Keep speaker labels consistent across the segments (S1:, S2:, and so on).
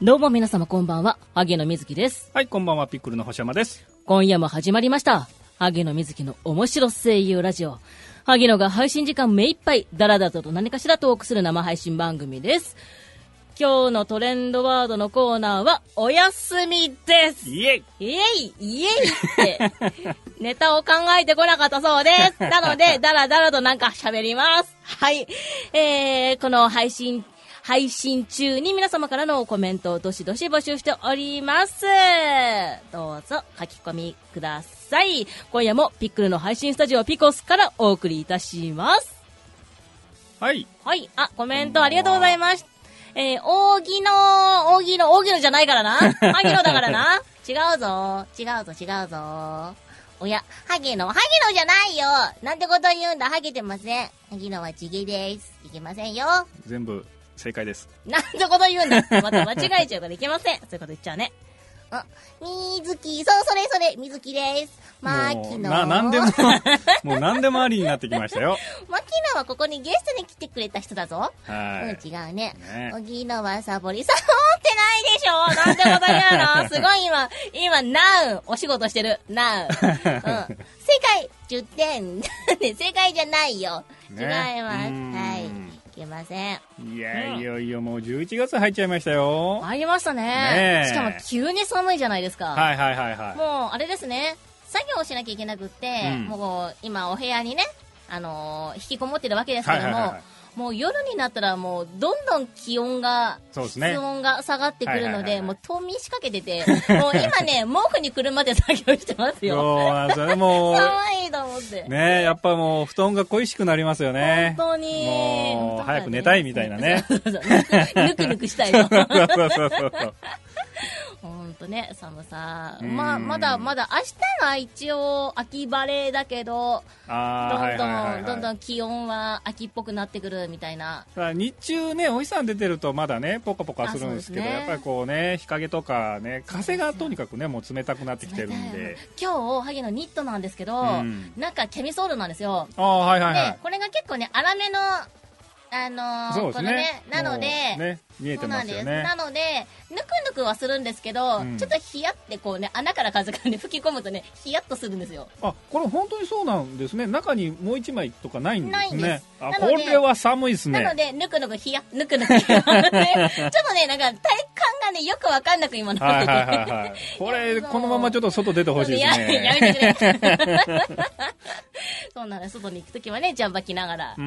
S1: どうも皆様こんばんは、萩野瑞希です。
S2: はい、こんばんは、ピックルの星山です。
S1: 今夜も始まりました。萩野瑞希の面白声優ラジオ。萩野が配信時間目いっぱい、だらだらと何かしらトークする生配信番組です。今日のトレンドワードのコーナーは、お休みです。
S2: イエイ
S1: イエイイエイって、ネタを考えてこなかったそうです。なので、だらだらとなんか喋ります。はい。えー、この配信、配信中に皆様からのコメントをどしどし募集しております。どうぞ書き込みください。今夜もピックルの配信スタジオピコスからお送りいたします。
S2: はい。
S1: はい。あ、コメントありがとうございます。えー、扇の、扇の、扇のじゃない からな。萩野だからな。違うぞ。違うぞ、違うぞ。おや、萩野、萩野じゃないよ。なんてこと言うんだ、ハゲてません。萩野はちげです。いけませんよ。
S2: 全部正解です。
S1: なんてこと言うんだ。また間違えちゃうからいけません。そういうこと言っちゃうね。あ、みずき、そう、それそれ、みずきです。
S2: もう、な、なん でも
S1: マキ、
S2: もうなんでもありになってきましたよ。
S1: ノはここにゲストに来てくれた人だぞ。
S2: は
S1: うん、違うね
S2: ね。
S1: おぎのはサボり、サボってな いでしょなんてこと言うのすごい今、今、ナウンお仕事してる。 ナウンうん。正解 !10 点 ね、正解じゃないよ。違います。
S2: ねうん
S1: はい。いけません。
S2: い。いや、いよいよもう11月入っちゃいましたよ。
S1: ありましたね
S2: ねえ
S1: しかも急に寒いじゃないですか。
S2: はいはいはいは
S1: もう、あれですね。作業をしなきゃいけなくって、
S2: うん
S1: もう、今お部屋にね、あのー引きこもってるわけですけども、
S2: はいはいはいはい
S1: もう夜になったらもう、どんどん気温が
S2: そうですね
S1: 室温が下がってくる
S2: はいは
S1: の
S2: いはい
S1: で、
S2: はい
S1: もう冬眠しかけてて、もう今 ね、毛布にくるまで作業してます
S2: い。
S1: よ。
S2: そうなんですよね、 もう。
S1: 寒いと思って。
S2: ねやっぱもう布団が恋しくなりますよね。
S1: 本当に。
S2: もう、早く寝たいみたいなね。
S1: そうそうそう。ぬくぬくした いの。
S2: そうそうそうそう。
S1: ほんとね、寒さ。
S2: うん
S1: まあ、まだまだ、明日が一応秋晴れだけど、ど
S2: あー、はい
S1: ん
S2: は
S1: ど
S2: いはいは
S1: ん、
S2: い。
S1: どんどん気温は秋っぽくなってくるみたいな。
S2: さあ日中ね、お日さん出てるとまだね、ポカポカするんですけど、
S1: あそうですね
S2: やっぱりこうね、日陰とかね、風がとにかくね、もう冷たくなってきてるん
S1: 冷
S2: で。
S1: たいの今日、萩のニットなんですけど、
S2: うん
S1: なんかケミソールなんですよ。
S2: ああ、はいはいは
S1: で
S2: い。、
S1: これが結構ね、粗めの、あのー
S2: そうで
S1: こ
S2: す
S1: の
S2: ね
S1: ね、。なので、
S2: もうね、見え
S1: そ
S2: て
S1: うな
S2: ま
S1: ん
S2: す
S1: で
S2: よ
S1: す。
S2: ね
S1: な。ので、ぬくぬくはするんですけど、
S2: うん
S1: ちょっとヒヤってこうね、穴から風がね、 吹き込むとね、ヒヤっとするんですよ。
S2: あ、これ本当にそうなんですね。中にもう一枚とかないんで
S1: ない
S2: す
S1: ん
S2: ね
S1: です。
S2: あ、
S1: な
S2: こ
S1: ので
S2: れは寒いです
S1: なの
S2: ね。
S1: で、ぬくぬく、ひや、ぬくぬく、ね、 ちょっとね、なんか体感がね、よくわかんなく今の。
S2: はいはいはい はい。これ、このままちょっと外出てほしいです
S1: やや
S2: ね。
S1: めてくれ。 そうなんです。外に行くときはね、ジャンバ着ながら
S2: う、
S1: うろ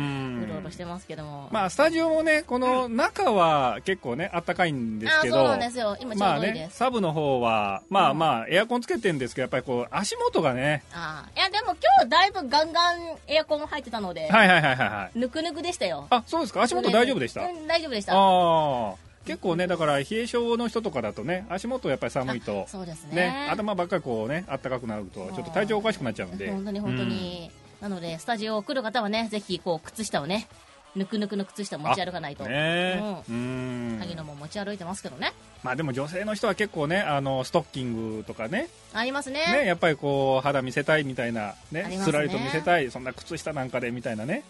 S1: うんろしてますけども。
S2: まあ、スタジオもね、この中は結構ね、あったかいんです
S1: あ、
S2: け
S1: そう
S2: ど。
S1: なんですよ。今ちょ
S2: ま
S1: う
S2: あ
S1: どいい
S2: ね
S1: で、す。
S2: サブの方は、まあ
S1: うん
S2: まあ、エアコンつけてんですけど、やっぱりこう、足元がね、
S1: あいや、でも今日だいぶガンガンエアコン入ってたので、
S2: はいはいはいはいはい。
S1: ぬくぬくでしたよ。
S2: あ、そうですか、足元大丈夫でした。
S1: う
S2: あ
S1: ん、大丈夫でした。
S2: あー、結構ね、だから冷え性の人とかだとね、足元やっぱり寒いと、
S1: そうですね。
S2: ね、頭ばっかりこうね、あったかくなると、ちょっと体調おかしくなっちゃうんで。
S1: 本当に本当に。なので、スタジオ来る方はね、ぜひ、こう、靴下をね、ぬくぬくの靴下持ち歩かない
S2: うん。
S1: と。
S2: ねう
S1: うん。萩野
S2: ん。
S1: も持ち歩いてますけどね。
S2: まあでも女性の人は結構ね、あの、ストッキングとかね、
S1: ありますね。
S2: ね、やっぱりこう、肌見せたいみたいな、
S1: あり、
S2: ね
S1: ますね
S2: スラリと見せたい、そんな靴下なんかでみたいなね。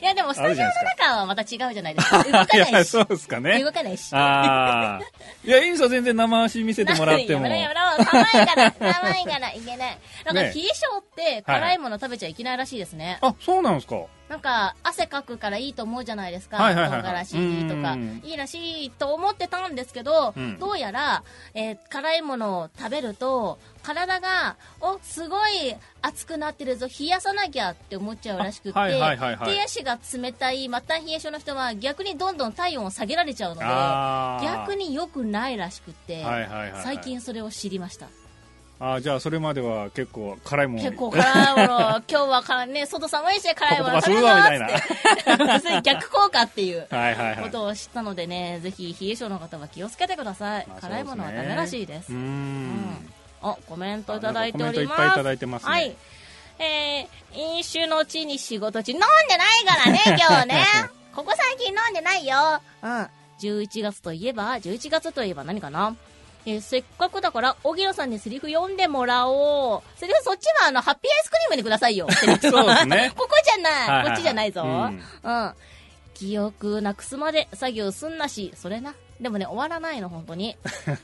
S1: いや、でも、スタジオの中はまた違うじゃないですか。動か
S2: い
S1: な
S2: や、
S1: いし
S2: そ。うですかね。
S1: 動かないし。
S2: ああ。いや、いいですよ、全然生足見せてもらっても。
S1: やめろやめろ寒いから、寒いから、いけない。なんか、冷え
S2: ね
S1: 性って、辛いもの食べちゃいけないらしいですね。
S2: あ、そうなんですか。
S1: なんか、汗かくからいいと思うじゃないですか。
S2: はいはいはいはい
S1: 唐辛子とか
S2: うん、
S1: いいらしいと思ってたんですけど、
S2: うん
S1: どうやら、えー辛いものを食べると、体が、お、すごい熱くなってるぞ、冷やさなきゃって思っちゃうらしくって、
S2: あはいはいはいはい
S1: 手足が冷たい、末端冷え性の人は逆にどんどん体温を下げられちゃうので、
S2: ああ。
S1: 逆。に良くないらしくって、
S2: はいはいはい。
S1: 最。近それを知りました。
S2: あーじゃあ、それまでは結構辛いもん。
S1: 結構辛いもの、今日はからね、外寒いし辛いもの食べ
S2: ポカポカ
S1: な
S2: するわ
S1: ーって。逆効果っていう
S2: はいはいはい。
S1: ことを知ったのでね、ぜひ冷え性の方は気をつけてください。
S2: まあ
S1: 辛いものはダメらしいです。
S2: うー
S1: うん
S2: ん。
S1: お、コメントいただいておりま
S2: あなんかコメントいっぱいい
S1: す
S2: た。だいてますね。
S1: はい。えー、飲酒のうちに仕事中、飲んでないから ね、今日ね。ここ最近飲んでないよ。うん。11月といえば、11月といえば何かなえーせっかくだから、荻野さんにセリフ読んでもらおう。セリフそっちはあの、ハッピーアイスクリームにくださいよ。セリフは
S2: そうですね
S1: ここじゃない。
S2: はいはいはい
S1: こっちじゃないぞ。
S2: うん
S1: うん。記憶なくすまで作業すんなし、それな。でもね、終わらないの、本当に。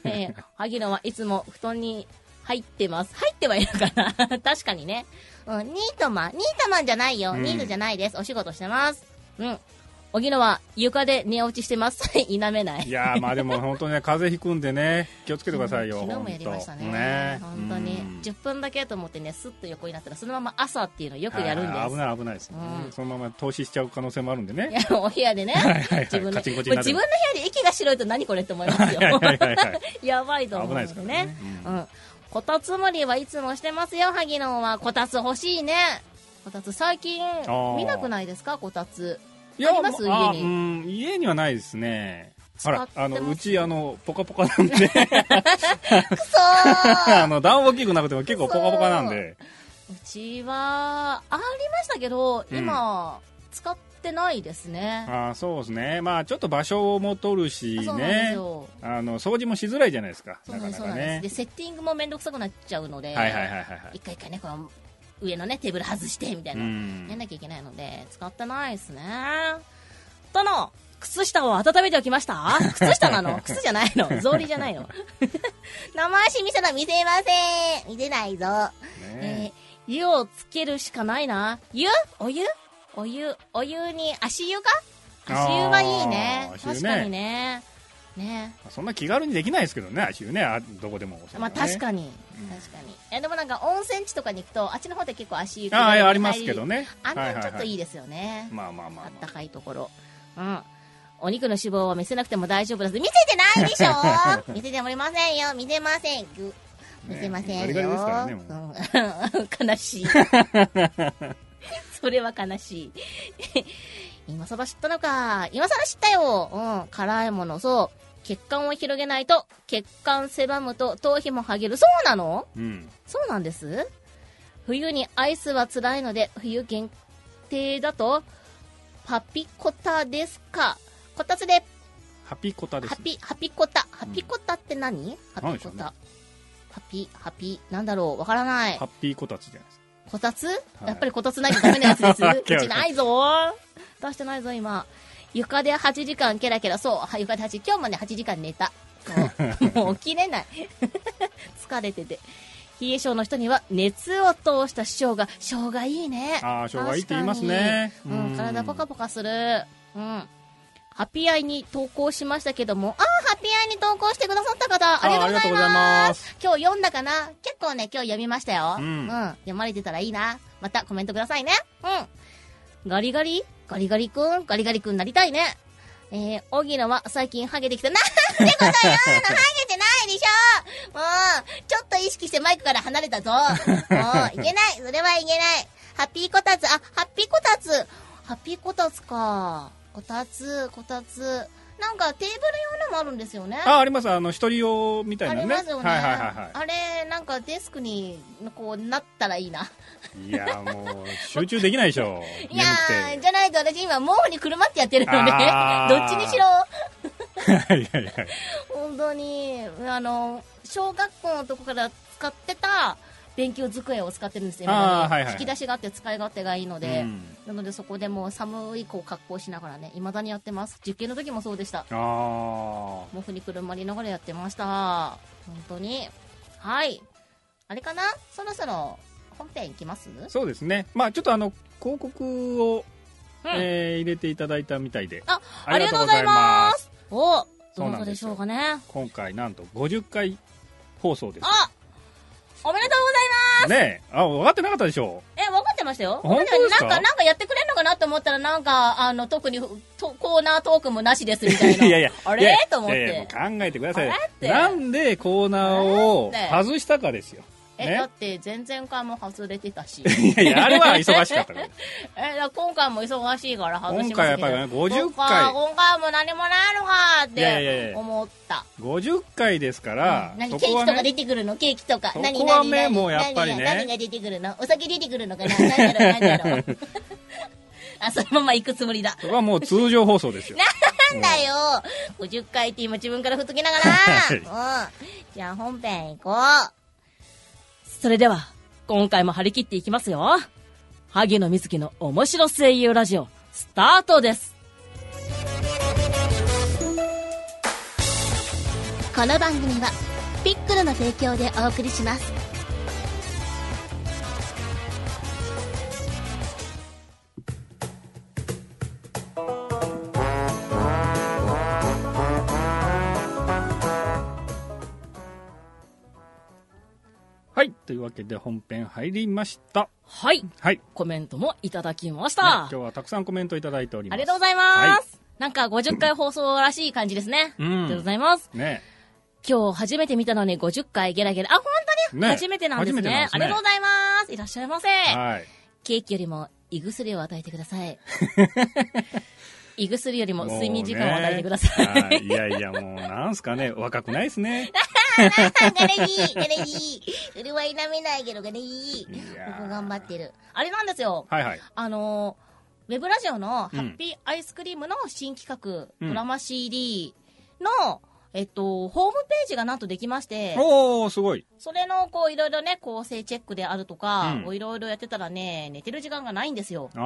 S1: えー、萩野はいつも布団に入ってます。入ってはいるかな 確かにね。うん、ニートマン、ニートマンじゃないよ。
S2: うん
S1: ニートじゃないです。お仕事してます。うん。荻野は床で寝落ちしてます。 否めないい。
S2: やーまあでも本当ね風邪ひくんでね気をつけてくださいよ
S1: 昨日もやりましたね。本当に。10分だけと思ってね、スッと横になったら、そのまま朝っていうのよ
S2: よ
S1: くやるんです。
S2: 危ない危ないです、
S1: うん
S2: そのまま投資しちゃう可能性もあるんで
S1: い
S2: ね
S1: や、お部屋でね
S2: いはい、
S1: 自分の、もう
S2: カチンコチ
S1: 自分
S2: ンにな
S1: の部
S2: る
S1: 屋で息が白いと何これって思いますよ
S2: はい。はいはい はい
S1: やばいと思
S2: 危
S1: う
S2: なんい
S1: で
S2: です
S1: す
S2: から
S1: ね
S2: ね。う
S1: うんん。こたつむりはいつもしてますよ、萩野は。こたつ欲しいね。こたつ最近
S2: ー
S1: 見なくないですか、こたつ。
S2: いや
S1: あります家
S2: あ
S1: に
S2: うん家にはないですねほ
S1: 使っ
S2: ら
S1: てます
S2: あのうちあのポカポカな ん
S1: く
S2: で
S1: そ
S2: あ
S1: ー
S2: の暖房器具なくても結構ポカポカなんで
S1: うちは、ありましたけど、
S2: うん
S1: 今、使ってないです ね。
S2: あーそうですねまあちょっと場所も取るし
S1: あそうなんです
S2: ね
S1: よ。
S2: あの掃除もしづらいじゃないですか
S1: そう
S2: な
S1: なん
S2: か
S1: です、そ
S2: な
S1: う
S2: か
S1: なんです。
S2: ね
S1: で、セッティングもめんどくさくなっちゃうので、
S2: はいはいはいはいはい
S1: 一回一回ね、この上のね、テーブル外して、みたいうな。
S2: ん
S1: やんなきゃいけないので、使ってないですね。との、靴下を温めておきました靴下な の靴じゃないの草履じゃないの生足見せた見せません見せないぞ。
S2: ね
S1: えー湯をつけるしかないな。湯お湯お湯、お湯に足湯か足湯はいいね。
S2: あー足湯ね
S1: 確かにね。ね。
S2: そんな気軽にできないですけどね足湯ねあどこでも
S1: まあ確
S2: に
S1: かに。
S2: うん
S1: 確かに。え、でもなんか温泉地とかに行くと、あっちの方で結構足湯
S2: ああいやありますけど
S1: ね。
S2: ね
S1: あん
S2: は
S1: ない
S2: は
S1: ちょっとい
S2: い
S1: いですよね。
S2: まあまあまあ
S1: あっ
S2: ま
S1: た
S2: あ
S1: かいところ。うん。お肉の脂肪は見せなくても大丈夫です。見せてないでし ょ見せておりませんよ。見せません。ぐ見せませんよ。
S2: ねガリガリですからねも
S1: うん 悲 しい。それは悲しい。 今さら知ったのか。今さら知ったよ。うん。辛いもの、そう。血管を広げないと、血管狭むと頭皮も剥げる。そうなの
S2: うん
S1: そうなんです冬にアイスは辛いので冬限定だとパピコタですかこたつで
S2: ハピコタです
S1: ハピハピコタハピコタって何、ハ
S2: なん
S1: ピ
S2: でし
S1: コ
S2: ょうね
S1: タハピハピなんだろうわからない
S2: ハッピーコタツじゃないですか
S1: こたつ、
S2: い
S1: やっぱりこたつないとダメなやつです
S2: わかる
S1: うちないぞ出してないぞ今床で8時間ケラケラそうは床で8今日もね8時間寝たそうもう起きれない 疲れてて冷え性の人には熱を通した生姜生姜いいね
S2: ああ生姜いいって言いますね
S1: 確かにうん、体ポカポカするうんハッピーアイに投稿しましたけども、ああ、ハッピーアイに投稿してくださった方、ありがとうございます。
S2: す
S1: 今日読んだかな結構ね、今日読みましたよ。う
S2: うんん。
S1: 読まれてたらいいな。またコメントくださいね。うん。ガリガリガリガリくんガリガリくんなりたいね。えー、オギノは最近ハゲてきた。なんてこと言うのハゲてないでしょもう、ちょっと意識してマイクから離れたぞ。もう、いけないそれはいけないハッピーこたつあ、ハッピーこたつハッピーこたつか。こたつ、こたつ。なんかテーブル用のもあるんですよね。
S2: あありますあの一人用みたい
S1: あ
S2: な
S1: り
S2: ね
S1: ますよね、
S2: はいはいはいは
S1: あれなんかデスクにこうなったらいいない
S2: いやーもう集中できないでしょ
S1: いやー
S2: 眠く
S1: じゃないと私今毛布にくるまってやってるので
S2: あ
S1: ど
S2: ー
S1: っちにしろ
S2: て いやいやいや
S1: 本当にあの小学校のとこから使ってた勉強机を使ってるんですよ、
S2: あー
S1: 今ね
S2: はいはい
S1: 引き出しがあって使い勝手がいいので、
S2: うん
S1: なのでそこでもう寒いこう格好しながらね未だにやってます実験の時もそうでした
S2: あ
S1: 毛布にくるまりながらやってました本当にはいあれかなそろそろ本編いきます
S2: あそうですねまあちょっとあの広告を、
S1: うん
S2: えー入れていただいたみたいで
S1: あ、ありがとうございます。お
S2: そ
S1: どな
S2: うな
S1: た
S2: ん
S1: で
S2: で
S1: し
S2: す
S1: ょ
S2: よ
S1: うかね。
S2: 今回なんと50回放送です
S1: あおめでとう
S2: ねえあ分かってなかったでしょ
S1: ございます。え、分かってましたよ。
S2: 本当ですか
S1: なんか、なんかやってくれるのかなと思ったら、なんか、あの、特にとコーナートークもなしですみたいな。
S2: いやいや
S1: あ
S2: いや
S1: れと思っ
S2: いやいやも
S1: て。
S2: う考えてください
S1: あれって
S2: なんでコーナーを
S1: あれ
S2: 外したかですよ
S1: え、
S2: ね
S1: だって、前々回も外れてた し。
S2: いやいやあれは忙しかった から
S1: え、だから今回も忙しいから外しましたけど。
S2: 今回やっぱりね50
S1: そうか
S2: 回
S1: 今回も何もないのかっ
S2: いやいやい
S1: て
S2: や
S1: 思った。
S2: 50回ですから、
S1: うん何
S2: そ
S1: ケー
S2: こ
S1: キ
S2: は
S1: とか出
S2: ね
S1: てくるのケーキとか
S2: そこは
S1: 何
S2: ね
S1: 何何
S2: もうやっぱり
S1: 何
S2: ね
S1: が何が出てくるのお酒出てくるのかな何だろう何だろう あそのまま行くつもりだ
S2: そこはもう通常放送ですよ
S1: なんだよ50回って今自分から振っときな がら、うん、じゃあ本編行こうそれでは今回も張り切っていきますよ萩野瑞希の面白声優ラジオスタートですこの番組はピックルの提供でお送りします
S2: はい。というわけで本編入りました。
S1: はい
S2: はい。
S1: コメントもいただきました、
S2: 今日はたくさんコメントいただいておりま
S1: あ
S2: す。
S1: りがとうございます、なんか50回放送らしい感じですね、
S2: うん
S1: ありがとうございます
S2: ね
S1: 今日初めて見たのに50回ゲラゲラあ本当に、
S2: ね
S1: 初めてなんですね
S2: 初めてなんです
S1: あ
S2: ね
S1: りがとうございますいらっしゃいませ
S2: はい。
S1: ケーキよりも胃薬を与えてくだ さい胃薬よりも睡眠時間を与えてくださ い、
S2: もうねはいいやいや、もう、なんすか ね、若くないですね。
S1: ガレギーガレギー潤いなめないけどガレギー
S2: いやー
S1: 僕頑張ってるあれなんですよ
S2: はいはい。
S1: あのーウェブラジオのハ
S2: うん
S1: ッピーアイスクリームの新企画、
S2: うん
S1: ドラマ CD の、えっと、ホームページがなんとできまして、
S2: おー、すごい。
S1: それの、こう、いろいろね、構成チェックであるとか
S2: うん、
S1: こういろいろやってたらね、寝てる時間がないんですよ。
S2: あ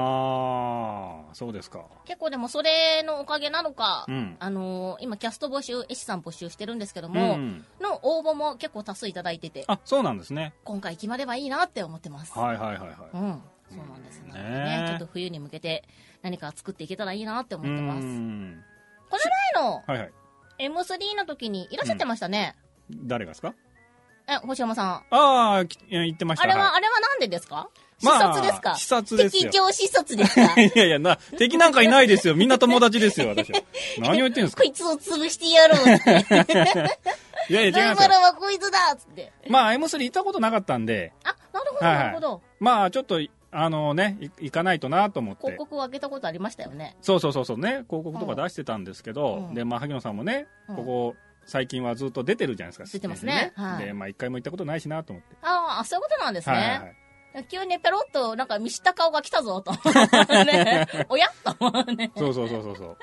S2: ー、そうですか。
S1: 結構でも、それのおかげなのか、
S2: うん
S1: あのー今、キャスト募集、絵師さん募集してるんですけども、
S2: ん。
S1: の応募も結構多数いただいてて、
S2: あ、そうなんですね。
S1: 今回決まればいいなって思ってます。
S2: はいはいはいはい。
S1: うん。そうなんですね。
S2: ね
S1: ねちょっと冬に向けて何か作っていけたらいいなって思ってます。
S2: ん。
S1: この
S2: はいはい。
S1: 前の M3 の時にいらっしゃってましたね。
S2: 誰がですか
S1: え、星山さん。
S2: あー、きいや言ってました。
S1: あれは、
S2: い
S1: あれはなんでですか視
S2: まあ
S1: 察ですか
S2: 視察ですよ
S1: 敵情視察ですか
S2: いや い や、な、敵なんかいないですよ。みんな友達ですよ、私は。何を言ってんですか
S1: こいつを潰してやろうって。
S2: いやいや、違
S1: ラ
S2: い
S1: イ
S2: ます
S1: バ
S2: よ
S1: ル。はこいつだっつって。
S2: まあ、M3 行ったことなかったんで、
S1: あ、なるほど、
S2: はいはい
S1: なるほど。
S2: まあ、ちょっと、あのね、い行かないとなと思って
S1: 広。告を開けたことありましたよね。
S2: そうそうそうそうね、広告とか出してたんですけど、
S1: うん
S2: で、まあ、萩野さんもね、
S1: うん
S2: ここ、最近はずっと出てるじゃないですか。
S1: 出てますね
S2: 出てる
S1: はい
S2: で、まあ、一回も行ったことないしなと思って。
S1: ああ、そういうことなんですね。
S2: はいはいはい。
S1: 急にペロッと、なんか見知った顔が来たぞ、と。ね、おやと思うね。
S2: そうそうそうそうそう。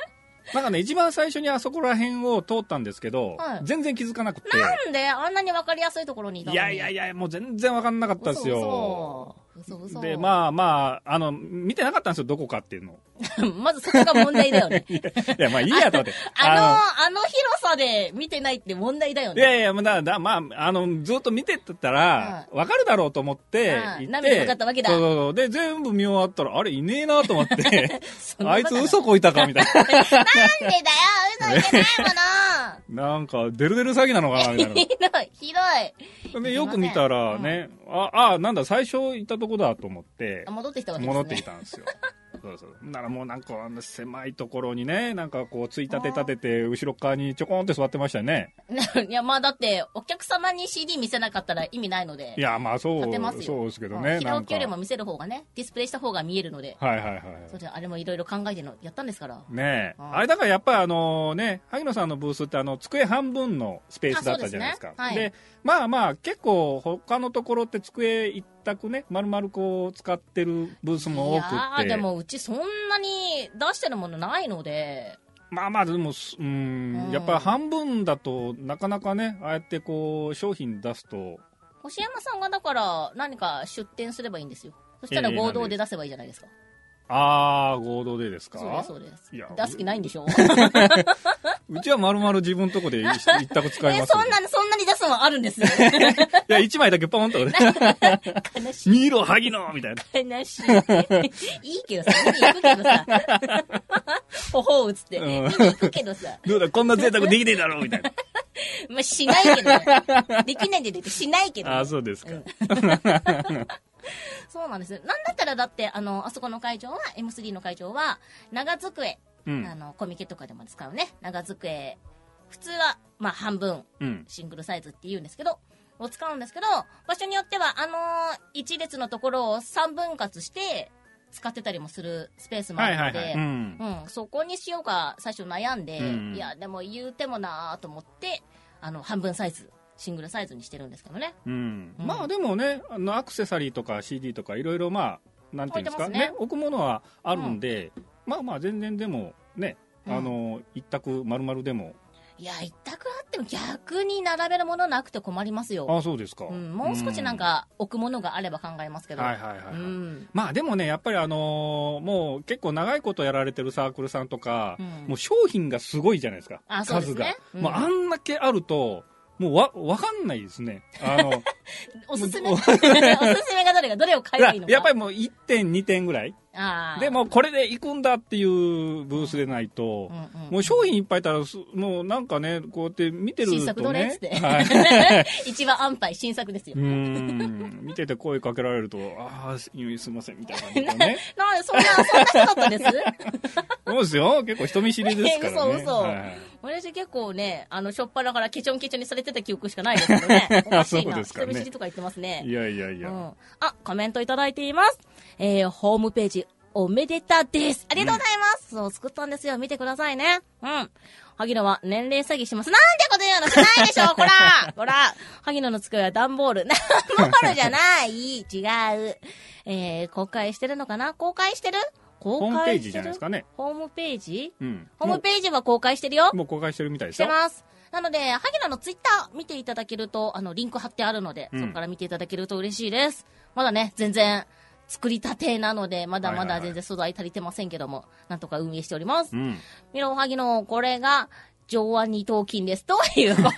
S2: なんかね、一番最初にあそこら辺を通ったんですけど、
S1: はい
S2: 全然気づかなくて。
S1: なんであんなに分かりやすいところにいたの
S2: い
S1: に
S2: やいやいや、もう全然わかんなかったですよ。
S1: 嘘嘘嘘嘘
S2: で、
S1: あ、
S2: まあまあ、あの、見てなかったんですよ、どこかっていうのを。
S1: まずそこが問題だよね。。
S2: いや、まあいいやと思って
S1: あの、あの広さで見てないって問題だよ
S2: いや
S1: ね。
S2: いや、まあだ、だまあ、あの、ずっと見てたら、わかるだろうと思って、
S1: うん
S2: 行って
S1: 涙向かったわけだ
S2: そうそうそう。で、全部見終わったら、あれ、いねえなと思って、
S1: そんな
S2: あ
S1: バ
S2: い
S1: カ
S2: つ
S1: な
S2: 嘘こいたか、みたい
S1: なんでだよ嘘いけない
S2: な。なんか、デルデル詐欺なのかな、みたい
S1: もの ひどい、ひどい
S2: な。で、よく見たらね、あ、あ、なんだ、最初行ったとこだと思って
S1: あ。、戻ってきたわけですね。
S2: 戻ってきたん ですよ。そうそうならもうなんかあの狭いところにねなんかこうついたて立てて後ろっ側にちょこんって座ってましたよね
S1: いや、まあだって、お客様に CD 見せなかったら意味ないので。
S2: いやまあそう
S1: 立てますよ
S2: そうですけど
S1: う
S2: ね
S1: ん
S2: な
S1: 開
S2: ん
S1: き
S2: か
S1: よりも見せる方がね、ディスプレイした方が見えるので。
S2: はいはいはい
S1: それあれもいろいろ考えてのやったんですから。
S2: ねえ、
S1: うん
S2: あれだからやっぱりあのね萩野さんのブースってあの机半分のスペースだったじゃないですか
S1: あそうですねはい
S2: でまあまあ結構他のところって机一択ね丸々こう使ってるブースも多く
S1: いや
S2: て
S1: ーでもうちそんなに出してるものないので
S2: まあまあでもすうん
S1: うん
S2: やっぱ半分だとなかなかねああやってこう商品出すと
S1: 星山さんがだから何か出店すればいいんですよそしたら
S2: ええ
S1: 合同で出せばいいじゃないですか、
S2: ああ合同でですか
S1: そうですそうです
S2: いや
S1: 出す気ないんでしょ
S2: うちは丸々自分とこで一一択使 い
S1: え
S2: ます
S1: そんなそんなに出すのあるん ですよ
S2: いや一枚だけポンとね
S1: 悲し
S2: 見ろ萩野みたいない
S1: 悲し いいいけどさ見に行くけど さほほうっつって、
S2: うん
S1: 見に行くけどさ
S2: どうだこんな贅沢できねえだろうみたいな
S1: まあしないけどね できないんでできしないけどね、
S2: ああそうですか、
S1: そうなんですよなんだったらだってあのあそこの会場は M3 の会場は長机
S2: うん
S1: あのコミケとかでも使うね長机普通は、まあ、半分
S2: うん
S1: シングルサイズって言うんですけどを使うんですけど場所によってはあのー、一列のところを3分割して使ってたりもするスペースもあ
S2: は
S1: る
S2: いは
S1: の
S2: い
S1: で、
S2: はい、うん
S1: うんそこにしようか最初悩んで、
S2: うん
S1: いやでも言うてもなーと思ってあの半分サイズシングルサイズにしてるんですけどね
S2: うん
S1: うん
S2: まあでもねあのアクセサリーとか CD とかいろいろまあなんていうんですか
S1: 置い
S2: ね
S1: てますね
S2: 置くものはあるんで、まあまあ全然でもね
S1: うん
S2: あの、一択丸々でも
S1: いや、一択あっても逆に並べるものなくて困りますよ。
S2: あそうですか、
S1: うん、もう少しなんか置くものがあれば考えますけ
S2: うん、
S1: ど。
S2: はいはいはいはい、
S1: うん。
S2: まあでもね、やっぱりあのーもう結構長いことやられてるサークルさんとか、
S1: うん
S2: もう商品がすごいじゃないですか、
S1: あそうで
S2: 数
S1: す
S2: が。
S1: ねうん
S2: もうあんだけあると、もうわ、わかんないですね。あ の、
S1: おすすめ おすすめがどれがどれを買えばいいのか。
S2: やっぱ
S1: り。
S2: りもう1点、2点ぐらい。
S1: ああ。
S2: で、もこれで行くんだっていうブースでないと、
S1: うんうん、
S2: もう商品いっぱいいたら、すもうなんかね、こうやって見てるとね。
S1: 新作どれっつって
S2: はい。
S1: 一番安牌新作ですよ
S2: う。ん。見てて声かけられると、ああ、すいません、みたいな感じで ね。
S1: なんでそんな、そんな人だったんです
S2: そうですよ。結構人見知りですからね。
S1: 嘘嘘
S2: はい
S1: 私結構ね、あの、しょっぱなからケチョンケチョンにされてた記憶しかないですけど ね。おかしい
S2: そう
S1: な。
S2: ですか
S1: 人
S2: ね
S1: 見知りとか言ってますね。
S2: いやいやいや。
S1: うん。あ、コメントいただいています。えー、ホームページ、おめでたです。ありがとうございます。そう、作ったんですよ。見てくださいね。うん。萩野は年齢詐欺します。なんてこと言うのしないでしょ こらこら萩野の机は段ボール。段ボールじゃない違う。えー、公開してるのかな公開してる
S2: ホ
S1: 公
S2: ームペー
S1: 開
S2: ジ
S1: し
S2: じ
S1: て
S2: ゃない
S1: る
S2: ですかね。
S1: ホームページ
S2: うん。
S1: ホームページは公開してるよ
S2: もうもう公開してるみたいで
S1: し
S2: す
S1: て
S2: よ。
S1: ます。なので、萩野のツイッター見ていただけると、あの、リンク貼ってあるので、
S2: うん
S1: そこから見ていただけると嬉しいです。まだね、全然、作りたてなので、まだま
S2: はい
S1: だ
S2: はいはい
S1: 全然素材足りてませんけども、なんとか運営しております
S2: う。ん。
S1: ミロハギの、これが、上腕二頭筋です。という こと。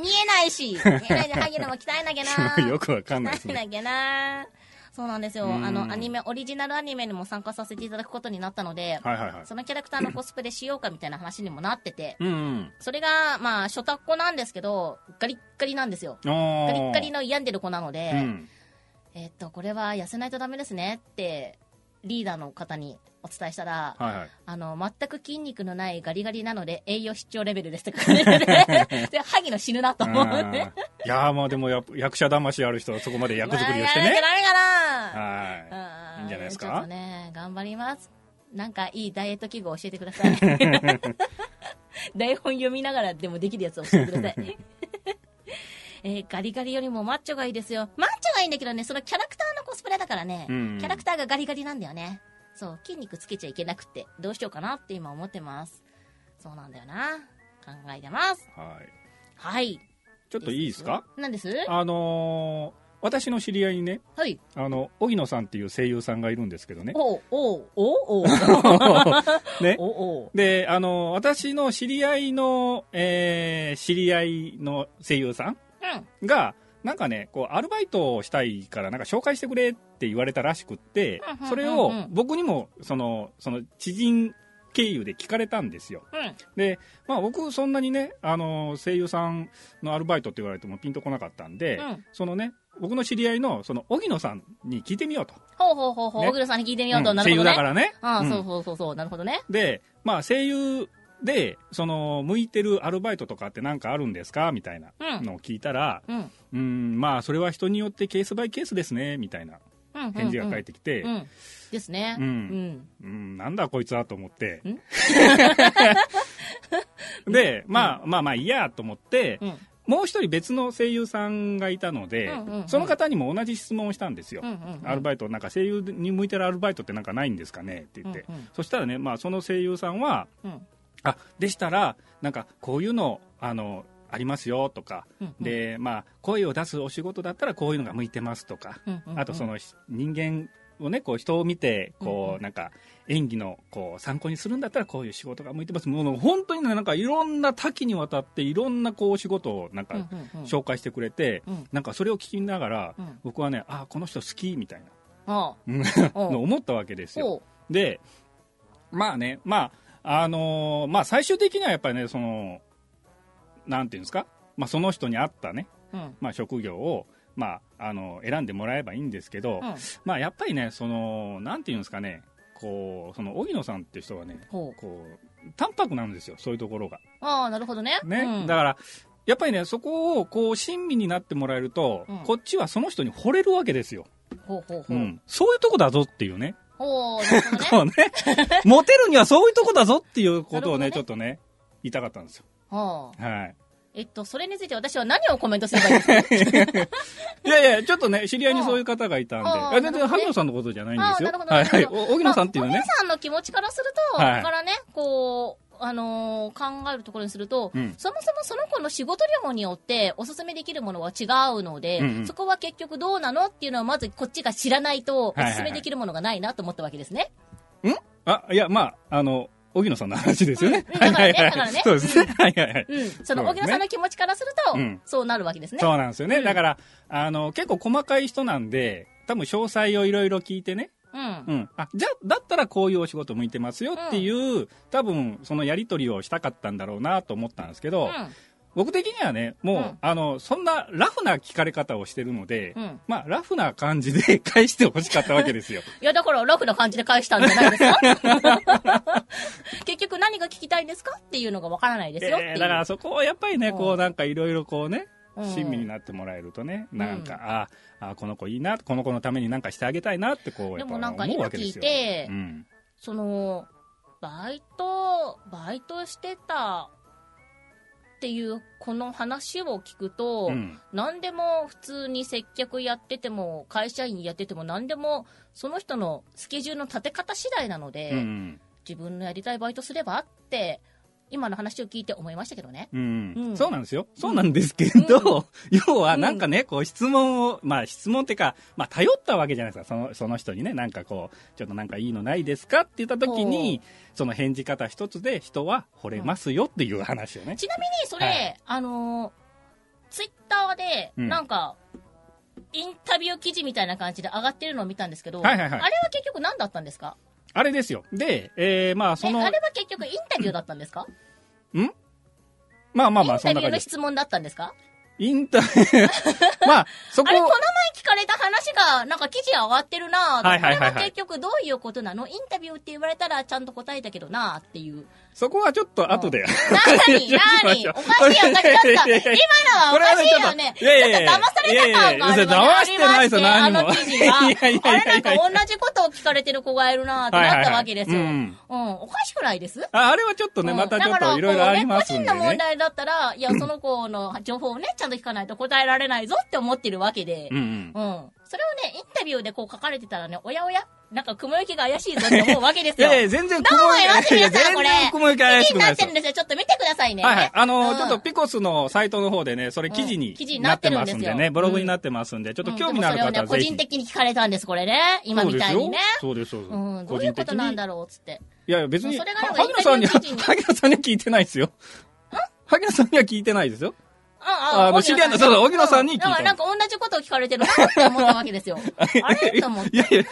S1: 見えないし、見えないで、萩野も鍛えなきゃ
S2: よ
S1: な。
S2: くわかんないです
S1: 鍛え
S2: ね。
S1: なきゃな。そうなんですよ。
S2: うん
S1: あの、アニメ、オリジナルアニメにも参加させていただくことになったので、
S2: はいはいはい。
S1: そのキャラクターのコスプレしようかみたいな話にもなってて、
S2: うんうん。
S1: それが、まあ、初タッコなんですけど、ガリッガリなんですよ。
S2: ああ。
S1: ガリッガリの病んでる子なので、
S2: うん。
S1: えっと、これは痩せないとダメですねって、リーダーの方にお伝えしたら、
S2: はいはい。
S1: あの、全く筋肉のないガリガリなので、栄養失調レベルですって感じで、 で、萩野死ぬなと思って。
S2: うんいやーまあでもや役者魂ある人はそこまで役作りをして
S1: まあや
S2: ね。
S1: らなきゃダメかな
S2: は
S1: うん
S2: いいんじゃないですか
S1: ちょっとね、頑張ります。なんかいいダイエット器具を教えてくだ さい。台本読みながらでもできるやつを教えてくだ さい。えーガリガリよりもマッチョがいいですよ。マッチョがいいんだけどね、そのキャラクターのコスプレだからね、
S2: うん
S1: キャラクターがガリガリなんだよね。そう、筋肉つけちゃいけなくて、どうしようかなって今思ってます。そうなんだよな。考えてます。
S2: い。はい。
S1: はい。
S2: ちょっといいですか
S1: 何です
S2: あのー、私の知り合いにね、
S1: はい。
S2: あの、荻野さんっていう声優さんがいるんですけどね。
S1: おうおうおうおう
S2: ね。
S1: おうおう
S2: で、あの、私の知り合いの、えー知り合いの声優さん
S1: うん。
S2: が、なんかね、こう、アルバイトをしたいから、なんか紹介してくれって言われたらしくって
S1: うんうんうんう、ん
S2: それを僕にも、その、その、知人経由で聞かれたんですよ。
S1: うん。
S2: で、まあ僕、そんなにね、あの、声優さんのアルバイトって言われてもピンとこなかったんで、
S1: うん
S2: そのね、僕の知り合いの、その、荻野さんに聞いてみようと。
S1: ほうほうほうほう。
S2: ね
S1: 小倉さんに聞いてみようと。
S2: うん
S1: な
S2: 声
S1: るほ
S2: 優
S1: ど
S2: だか
S1: ね。
S2: らね。
S1: ああ、
S2: うん
S1: そうそうそうそう。なるほどね。
S2: で、まあ声優で、その、向いてるアルバイトとかってなんかあるんですかみたいな
S1: うん
S2: のを聞いたら、
S1: うん。うん
S2: うん、まあそれは人によってケースバイケースですね、みたいな
S1: うんうん。
S2: 返事が返ってきて、う、
S1: うんん。ですね。
S2: うん
S1: うん。
S2: なんだこいつはと思って
S1: ん。
S2: で、まあまあまあいいやと思って、
S1: うん。
S2: もう一人別の声優さんがいたので、
S1: うんうんうん
S2: その方にも同じ質問をしたんですよ。
S1: うんうん。
S2: アルバイト、なんか声優に向いてるアルバイトってなんかないんですかねって言って。
S1: うんうん
S2: そしたらね、まあその声優さんは、
S1: うん
S2: あ、でしたら、なんかこういうの、あの、ありますよとか、
S1: うんうん
S2: で、まあ声を出すお仕事だったらこういうのが向いてますとか、
S1: うんうんうん
S2: あとそのし人間をね、こう人を見て、
S1: うん
S2: こ
S1: う
S2: うなんか演技のこう参考にするんだったらこういう仕事が向いてます。もう本当にね、なんかいろんな多岐にわたっていろんなこうお仕事をなん
S1: うん
S2: か
S1: うんうん
S2: 紹介してくれて、
S1: うん
S2: なんかそれを聞きながら、
S1: うん
S2: 僕はね、あこの人好きみたい
S1: あ
S2: な、うん
S1: おう
S2: の思ったわけです
S1: あ。
S2: よ。
S1: おう。
S2: で、まあね、まあ、あのーまあ最終的にはやっぱりね、その、なんていうんですか、まあその人に合ったね、
S1: うん。
S2: まあ職業を、まあ、あの、選んでもらえばいいんですけ
S1: う
S2: ど、
S1: ん
S2: まあやっぱりね、その、なんていうんですかね、こう、その、荻野さんっていう人はね、
S1: ほう。
S2: こう、淡白なんですよ、そういうところが。
S1: ああ、なるほどね。
S2: ね、
S1: うん
S2: だから、やっぱりね、そこをこう親身になってもらえると、
S1: うん
S2: こっちはその人に惚れるわけですよ、
S1: ほうほう
S2: う
S1: ほう。
S2: ん、そういうとこだぞっていうね、
S1: ほう、なるほど ね。
S2: こうね モテるにはそういうとこだぞっていうことを
S1: なるほど
S2: ね、
S1: ね
S2: ちょっとね、言いたかったんですよ。
S1: はあ。
S2: はい、
S1: えっと、それについて私は何をコメントすればいいですか
S2: いやいや、ちょっとね、知り合いにそういう方がいたんで、
S1: ああ
S2: あ全
S1: なる
S2: 然
S1: ほどね
S2: 萩野さんのことじゃないん
S1: あ
S2: です
S1: あなる
S2: よ。
S1: ほど
S2: はい、
S1: な
S2: は
S1: る
S2: い、
S1: ほ
S2: お荻野さんっていう
S1: まあ
S2: ね
S1: お、姉さんの気持ちからすると、
S2: はい
S1: からね、こう、あのー考えるところにすると、
S2: うん
S1: そもそもその子の仕事量によっておすすめできるものは違うので、
S2: うんうん
S1: そこは結局どうなのっていうのはまずこっちが知らないとお
S2: はいはいはい
S1: すすめできるものがないなと思ったわけですね。
S2: あ、いや、まあ、あの、荻野さんの話ですよね。
S1: うんうん
S2: はいはい
S1: だか
S2: は
S1: ら
S2: い。
S1: ね
S2: そうですね。はいはいはい。
S1: うん。その
S2: そ
S1: 小
S2: う
S1: 木
S2: ですね
S1: 野さんの気持ちからすると、
S2: うん
S1: そうなるわけですね。
S2: そうなんですよ
S1: う
S2: ね。
S1: ん
S2: だから、あの、結構細かい人なんで、多分詳細をいろいろ聞いてね、
S1: うん。
S2: うん、あじゃあだったらこういうお仕事向いてますよっていう、多分そのやり取りをしたかったんだろうなと思ったんですけど、僕的にはねもう、
S1: うん
S2: あのそんなラフな聞かれ方をしてるので、
S1: うん。うん。
S2: まあラフな感じで返してほしかったわけですよ
S1: いや、だからラフな感じで返したんじゃないですか結局何が聞きたいんですかっていうのがわからない ですよってい
S2: え
S1: う。
S2: ーだからそこをやっぱりねこ
S1: う
S2: うんなんかいろいろこうね
S1: うん
S2: 親身になってもらえるとね、
S1: ん
S2: なんかああこの子いいなこの子のためになんかしてあげたいなってこう
S1: で
S2: やっぱ
S1: もなんか
S2: 思う
S1: 今
S2: わけで
S1: 聞い
S2: すよ
S1: て、
S2: うん、
S1: その、バイト、バイトしてたっていうこの話を聞くと、
S2: うん
S1: 何でも普通に接客やってても、会社員やってても何でもその人のスケジュールの立て方次第なので、
S2: うん
S1: 自分のやりたいバイトすればって、今の話を聞いて思いましたけどね。
S2: うん
S1: うん
S2: そうなんですよ。そうなんですけど、要はなんかね、こう質問を、まあ質問ってか、まあ頼ったわけじゃないですか。その、その人にね、なんかこう、ちょっとなんかいいのないですかって言った時に、その返事方一つで人は惚れますよっていう話をね。
S1: ちなみにそれ、
S2: はい
S1: あのツイッター Twitter で、
S2: うん
S1: なんか、インタビュー記事みたいな感じで上がってるのを見たんですけど、
S2: はいはいはい
S1: あれは結局何だったんですか
S2: あれですよ。で、えー、まあそ
S1: え
S2: の
S1: あ、れは結局インタビューだったんですか
S2: まあまあまあ、
S1: イン
S2: そ
S1: タ
S2: ん
S1: ビュ
S2: な
S1: ー
S2: 感じ
S1: の
S2: です。
S1: 質問だったんですか
S2: インタ まあ、そこ
S1: あれ、この前聞かれた話が、なんか記事上がってるなぁと、
S2: はいはいはいはい
S1: これは結局どういうことなのインタビューって言われたらちゃんと答えたけどなぁって いう。
S2: そこはちょっと後で。
S1: なになにおか しいよ、おかしかった。今のはおかしいよね。
S2: これはねちょっといやいやいや
S1: ちょっと騙された感があるわ
S2: いやいやいやいや騙してないですよ
S1: あ
S2: 何
S1: り
S2: も
S1: ましてあの記事が。
S2: い
S1: あ
S2: やいやいやいや
S1: れなんか同じことを聞かれてる子がいるなぁってなったわけですよ。
S2: はいはいう
S1: うんん、おかしくないです
S2: ああれはちょっとね、
S1: うん
S2: またちょっといろいろありますん
S1: だ
S2: で
S1: からこうね個人の問
S2: ね。
S1: 題だったら、いや、その子の情報をね、ちゃんと聞かないと答えられないぞって思ってるわけで、
S2: う
S1: うんん。
S2: うん。
S1: それをね、インタビューでこう書かれてたらね、おやおや、なんか雲行きが怪しいぞって思うわけです
S2: い
S1: よ。
S2: やいや、全然
S1: どうもよろしく
S2: いや
S1: 皆
S2: 全
S1: さん、これ。
S2: 然雲行き怪し
S1: 記事
S2: く
S1: に
S2: ない
S1: な
S2: で
S1: っ
S2: す
S1: て
S2: よ
S1: るん。ですよ。ちょっと見てくださいね。
S2: はいはい。あの
S1: うん
S2: ちょっとピコスのサイトの方でね、それ記事
S1: うん
S2: に
S1: 記事にな
S2: な
S1: っ
S2: ってて
S1: るん
S2: ま
S1: です
S2: す
S1: よ
S2: んでね、ブログになってますんで、ちょっと興味のあ
S1: う
S2: る
S1: んで
S2: 方
S1: も
S2: は
S1: それをね、個
S2: ぜひ
S1: 人。的に聞かれたんです、これね。今みたいにね。
S2: そうですよ、そうです、そう
S1: う
S2: です。
S1: ん、どういうことなんだろうっつって。
S2: いやいや、別に、
S1: そ
S2: は
S1: れがなんか
S2: 萩野さんには、
S1: インタビュー記事に
S2: 萩野さんには聞いてないですよ。萩野さんには聞いてないですよ。
S1: あ
S2: あの
S1: 荻野さん
S2: 知り合いのそうそう荻野さんに聞いた
S1: うだからなんか同じことを聞かれてるなって思ったわけです よ。あれと思って。
S2: いやいや、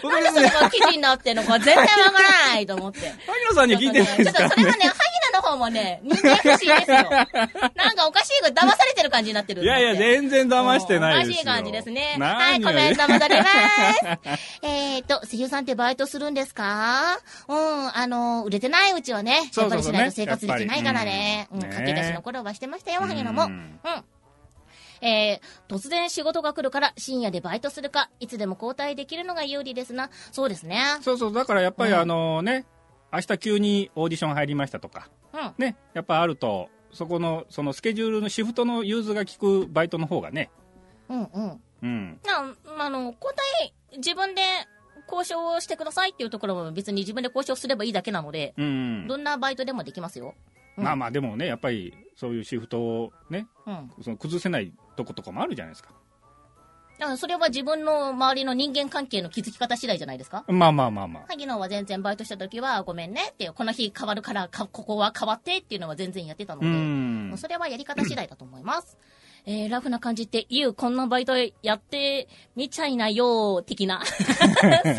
S2: 僕
S1: なんで
S2: 別
S1: それ
S2: に、
S1: が記事になってるのか全然わからないと思って。
S2: 萩野さんには聞いてないで
S1: ちょ
S2: す
S1: っと
S2: か
S1: ねちょっとそ
S2: ら
S1: れは。
S2: ね
S1: ね、萩野の方もね、人間不信ですよ。なんかおかしいこと騙されてる感じになってる
S2: いやいや、全然騙してないです
S1: おかし
S2: よ。
S1: い感じですね。は
S2: 何
S1: い、
S2: を
S1: コメント戻り ます。えっと、声優さんってバイトするんですかうん、あの、売れてないうちはね、や
S2: そ
S1: っ
S2: う
S1: ぱ
S2: そう
S1: りし
S2: そう
S1: ないと生活できないからね。う
S2: や
S1: ん、
S2: っぱりうん
S1: 駆け出しの頃はしてましたよ、萩野も。う
S2: うんん。
S1: えー突然仕事が来るから深夜でバイトするか、いつでも交代できるのが有利ですな。そうですね。
S2: そうそう、だからやっぱり
S1: うん
S2: あのね、明日急にオーディション入りましたとか、
S1: うん。
S2: ね、やっぱあると、そこの、そのスケジュールのシフトの融通が効くバイトの方がね、
S1: うんうん。
S2: うん。
S1: な、あの、交代、自分で交渉をしてくださいっていうところも別に自分で交渉すればいいだけなので、
S2: うん。
S1: どんなバイトでもできますよ。うん
S2: まあまあでもね、やっぱりそういうシフトをね、
S1: うん。
S2: その崩せないとことかもあるじゃないですか。
S1: だからそれは自分の周りの人間関係の気づき方次第じゃないですか
S2: まあまあまあまあ。
S1: 萩野は全然バイトした時はごめんねっていう、この日変わるからか、ここは変わってっていうのは全然やってたの
S2: う
S1: で、
S2: ん
S1: もう。それはやり方次第だと思います。えー、ラフな感じって、ゆう、こんなバイトやってみちゃいなよ、的 な。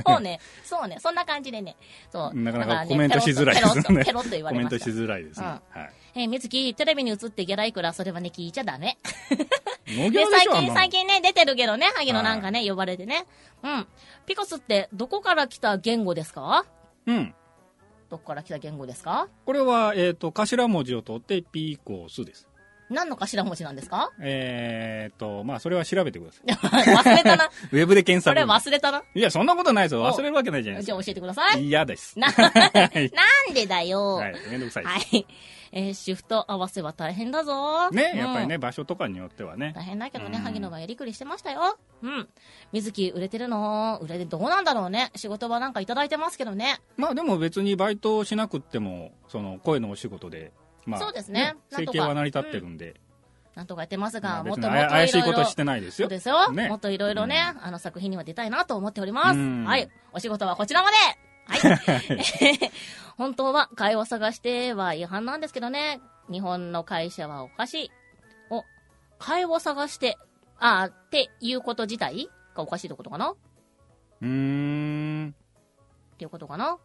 S1: そうね。そうね。そんな感じでね。そう。
S2: なかなか
S1: だらね
S2: コメントしづらいですね
S1: ペロッとペロッと言わ
S2: コ
S1: れ
S2: メン
S1: ま
S2: ト
S1: し
S2: しづらいですね。
S1: うん
S2: はい。
S1: た。えー、みずき、テレビに映ってギャラいくら、それはね、聞いちゃダメ。で
S2: 農業で
S1: 最
S2: しょあんな
S1: 近、
S2: の
S1: 最近ね、出てるけどね、萩野なんかね、呼ばれてね。うん。ピコスって、どこから来た言語ですか
S2: うん。
S1: どこから来た言語ですか
S2: これは、えっ、と、頭文字を取って、ピーコースです。
S1: 何の頭文字なんですか
S2: えーっと、まあ、それは調べてください。
S1: 忘れた な。
S2: ウェブで検
S1: こ
S2: 索。
S1: れ忘れたな。
S2: いや、そんなことないですよ。
S1: お
S2: 忘れるわけないじゃないです
S1: じゃあ教えてくだ
S2: か。
S1: さい。
S2: 嫌です。
S1: な、
S2: はい。
S1: なんでだよ。
S2: は
S1: はいい。
S2: めんどくさいです。
S1: えーシフト合わせは大変だぞ。
S2: ね、
S1: うん
S2: やっぱりね、場所とかによってはね。
S1: 大変だけどね、
S2: うん
S1: 萩野がやりくりしてましたよ。うん。水木売れてるの売れてどうなんだろうね。仕事場なんかいただいてますけどね。
S2: まあでも別にバイトをしなくっても、その声のお仕事で、まあ、
S1: そうですねなん
S2: 生
S1: とか
S2: 計は成り立ってるんで、
S1: なんとかやってます
S2: ま
S1: が、
S2: あ
S1: もっ
S2: 別
S1: と
S2: に
S1: もっと
S2: あや怪しい
S1: ろ
S2: こと
S1: ろ
S2: してないです
S1: そう
S2: よ。
S1: ですよ。
S2: ね
S1: もっといろいろね、あの作品には出たいなと思っております。
S2: うん
S1: はい。お仕事はこちらまではい。 本当は会話探しては違反なんですけどね。日本の会社はおかしい。お、会話探して、あーっていうこと自体がおかしいってことかなっ
S2: うーん。
S1: ていうことかな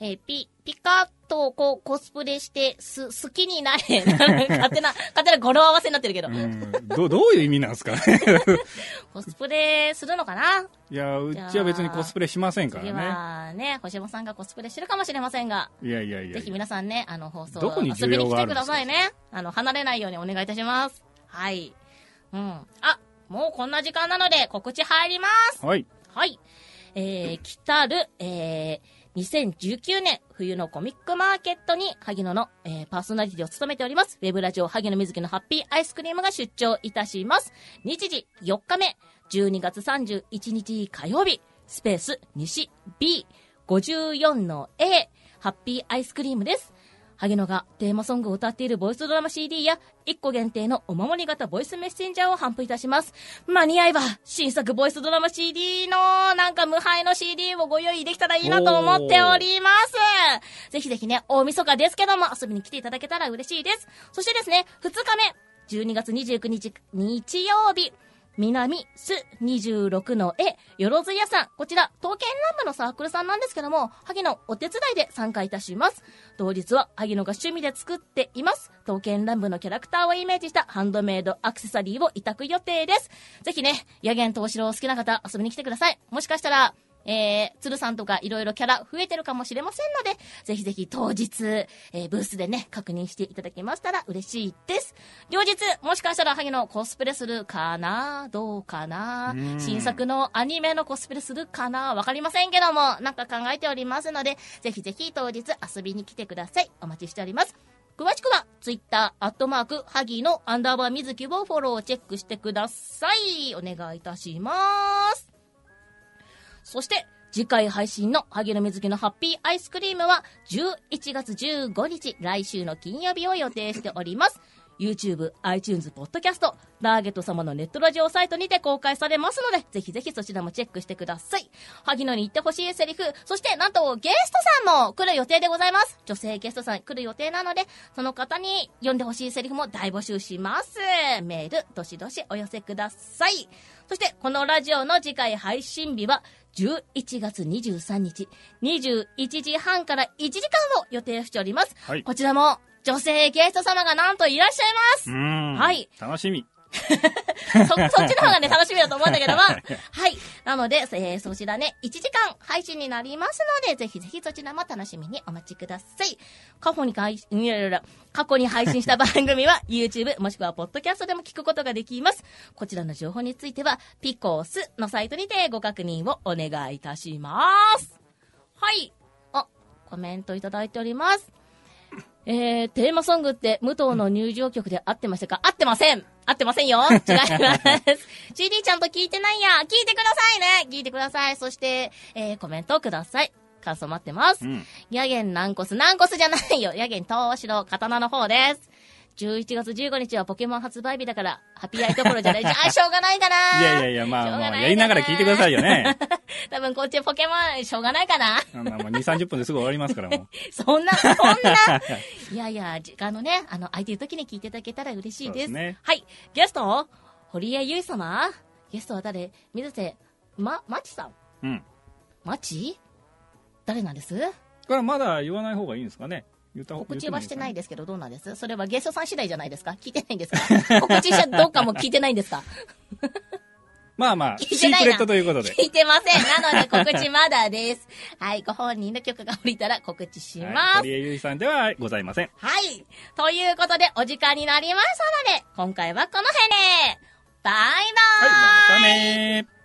S1: えーピ、ピカとこコスプレして、す、好きになれ。 勝手な、勝手な語呂合わせになってるけど
S2: う。んどどう いう意味なんですかね。
S1: コスプレするのかない
S2: や、うちは別にコスプレしませんか
S1: 次
S2: ら
S1: はね、小島さんがコスプレしてるかもしれませんが、
S2: ね。いやいやいや
S1: ぜひ
S2: いや。
S1: 皆さんね、あの放送
S2: どこに
S1: 遊
S2: 需
S1: びに来
S2: 要が
S1: て
S2: あ
S1: く
S2: るんで
S1: だ
S2: すか
S1: さいね。あの、離れないようにお願いいたします。はい。うん。あ、もうこんな時間なので告知入ります。
S2: はい。
S1: はい。えー、来たる、えー、2019年冬のコミックマーケットに、萩野の、えー、パーソナリティを務めております、ウェブラジオ萩野瑞希のハッピーアイスクリームが出張いたします。日時4日目、12月31日火曜日、スペース西 B、54の A、ハッピーアイスクリームです。萩野がテーマソングを歌っているボイスドラマ CD や1個限定のお守り型ボイスメッセンジャーを販布いたします。間に合えば新作ボイスドラマ CD のなんか無敗の CD をご用意できたらいいなと思っております。ぜひぜひね、大晦日ですけども遊びに来ていただけたら嬉しいです。そしてですね、2日目、12月29日日曜日、南す26の絵、よろず屋さん。こちら、刀剣乱舞のサークルさんなんですけども、萩野お手伝いで参加いたします。当日は、萩野が趣味で作っています。刀剣乱舞のキャラクターをイメージしたハンドメイドアクセサリーを委託予定です。ぜひね、野源東四郎好きな方遊びに来てください。もしかしたら、えー、鶴さんとかいろいろキャラ増えてるかもしれませんので、ぜひぜひ当日、えー、ブースでね、確認していただけましたら嬉しいです。両日、もしかしたら萩野コスプレするかなどうかな
S2: うん
S1: 新作のアニメのコスプレするかなわかりませんけども、なんか考えておりますので、ぜひぜひ当日遊びに来てください。お待ちしております。詳しくは、ツイッター、アットマーク、ハギのアンダーバーみずきをフォローチェックしてください。お願いいたします。そして、次回配信の萩野瑞希のハッピーアイスクリームは11月15日、来週の金曜日を予定しております。YouTube、iTunes、Podcast、ターゲット様のネットラジオサイトにて公開されますので、ぜひぜひそちらもチェックしてください。萩野に言ってほしいセリフ、そしてなんとゲストさんも来る予定でございます。女性ゲストさん来る予定なので、その方に読んでほしいセリフも大募集します。メール、どしどしお寄せください。そして、このラジオの次回配信日は、11月23日、21時半から1時間を予定しております。
S2: はい。
S1: こちらも、女性ゲスト様がなんといらっしゃいます
S2: うーん
S1: はい。
S2: 楽しみ。
S1: そ、そっちの方がね、楽しみだと思うんだけども。はい。なので、えーそちらね、1時間配信になりますので、ぜひぜひそちらも楽しみにお待ちください。過去に配信、いやいやいや過去に配信した番組は、YouTube もしくは Podcast でも聞くことができます。こちらの情報については、ピコスのサイトにてご確認をお願いいたします。はい。あ、コメントいただいております。 えー、テーマソングって武藤の入場曲で合ってましたか合ってません合ってませんよ違い ます。CD ちゃんと聞いてないや聞いてくださいね聞いてくださいそして、えー、コメントをください。感想待ってます
S2: う。ん。
S1: ヤゲンナンコス、ナンコスじゃないよヤゲン東白刀の方です。11月15日はポケモン発売日だから、ハッピーアイところじゃない。じゃあ、しょうがないかな
S2: いやいやいや、まあまあ、やりながら聞いてくだ
S1: い。
S2: さいよね。
S1: 多分こっちポケモン、しょうがないかな
S2: あんなもう2、30分ですぐ終わりますか ら、も
S1: そんな、そんな。
S2: う。
S1: いやいや、時間のね、あの、空いてる時に聞いていただけたら嬉しいです。
S2: そうですね
S1: はい。ゲスト、堀江優衣様ゲストは誰水瀬、ま、まちさん
S2: うん。
S1: まち誰なんです
S2: これはまだ言わない方がいいんですかね言った方
S1: 告知はしてない
S2: で
S1: ですけど、どうなんですそれはゲ ストさん次第じゃないですか聞いてないんですか告知したどうかも聞いてないんですか
S2: すかね。まあまあ、
S1: 聞い
S2: シ
S1: て
S2: ー
S1: ないな
S2: クレットということで。
S1: 聞いてません。なので告知まだです。はい、ご本人の許可が下りたら告知し
S2: はい
S1: ます。
S2: 堀江ゆいさんではございません。
S1: はい。ということで、お時間になりましたので、今回はこの辺で、バイバーイ、
S2: はい、またねー。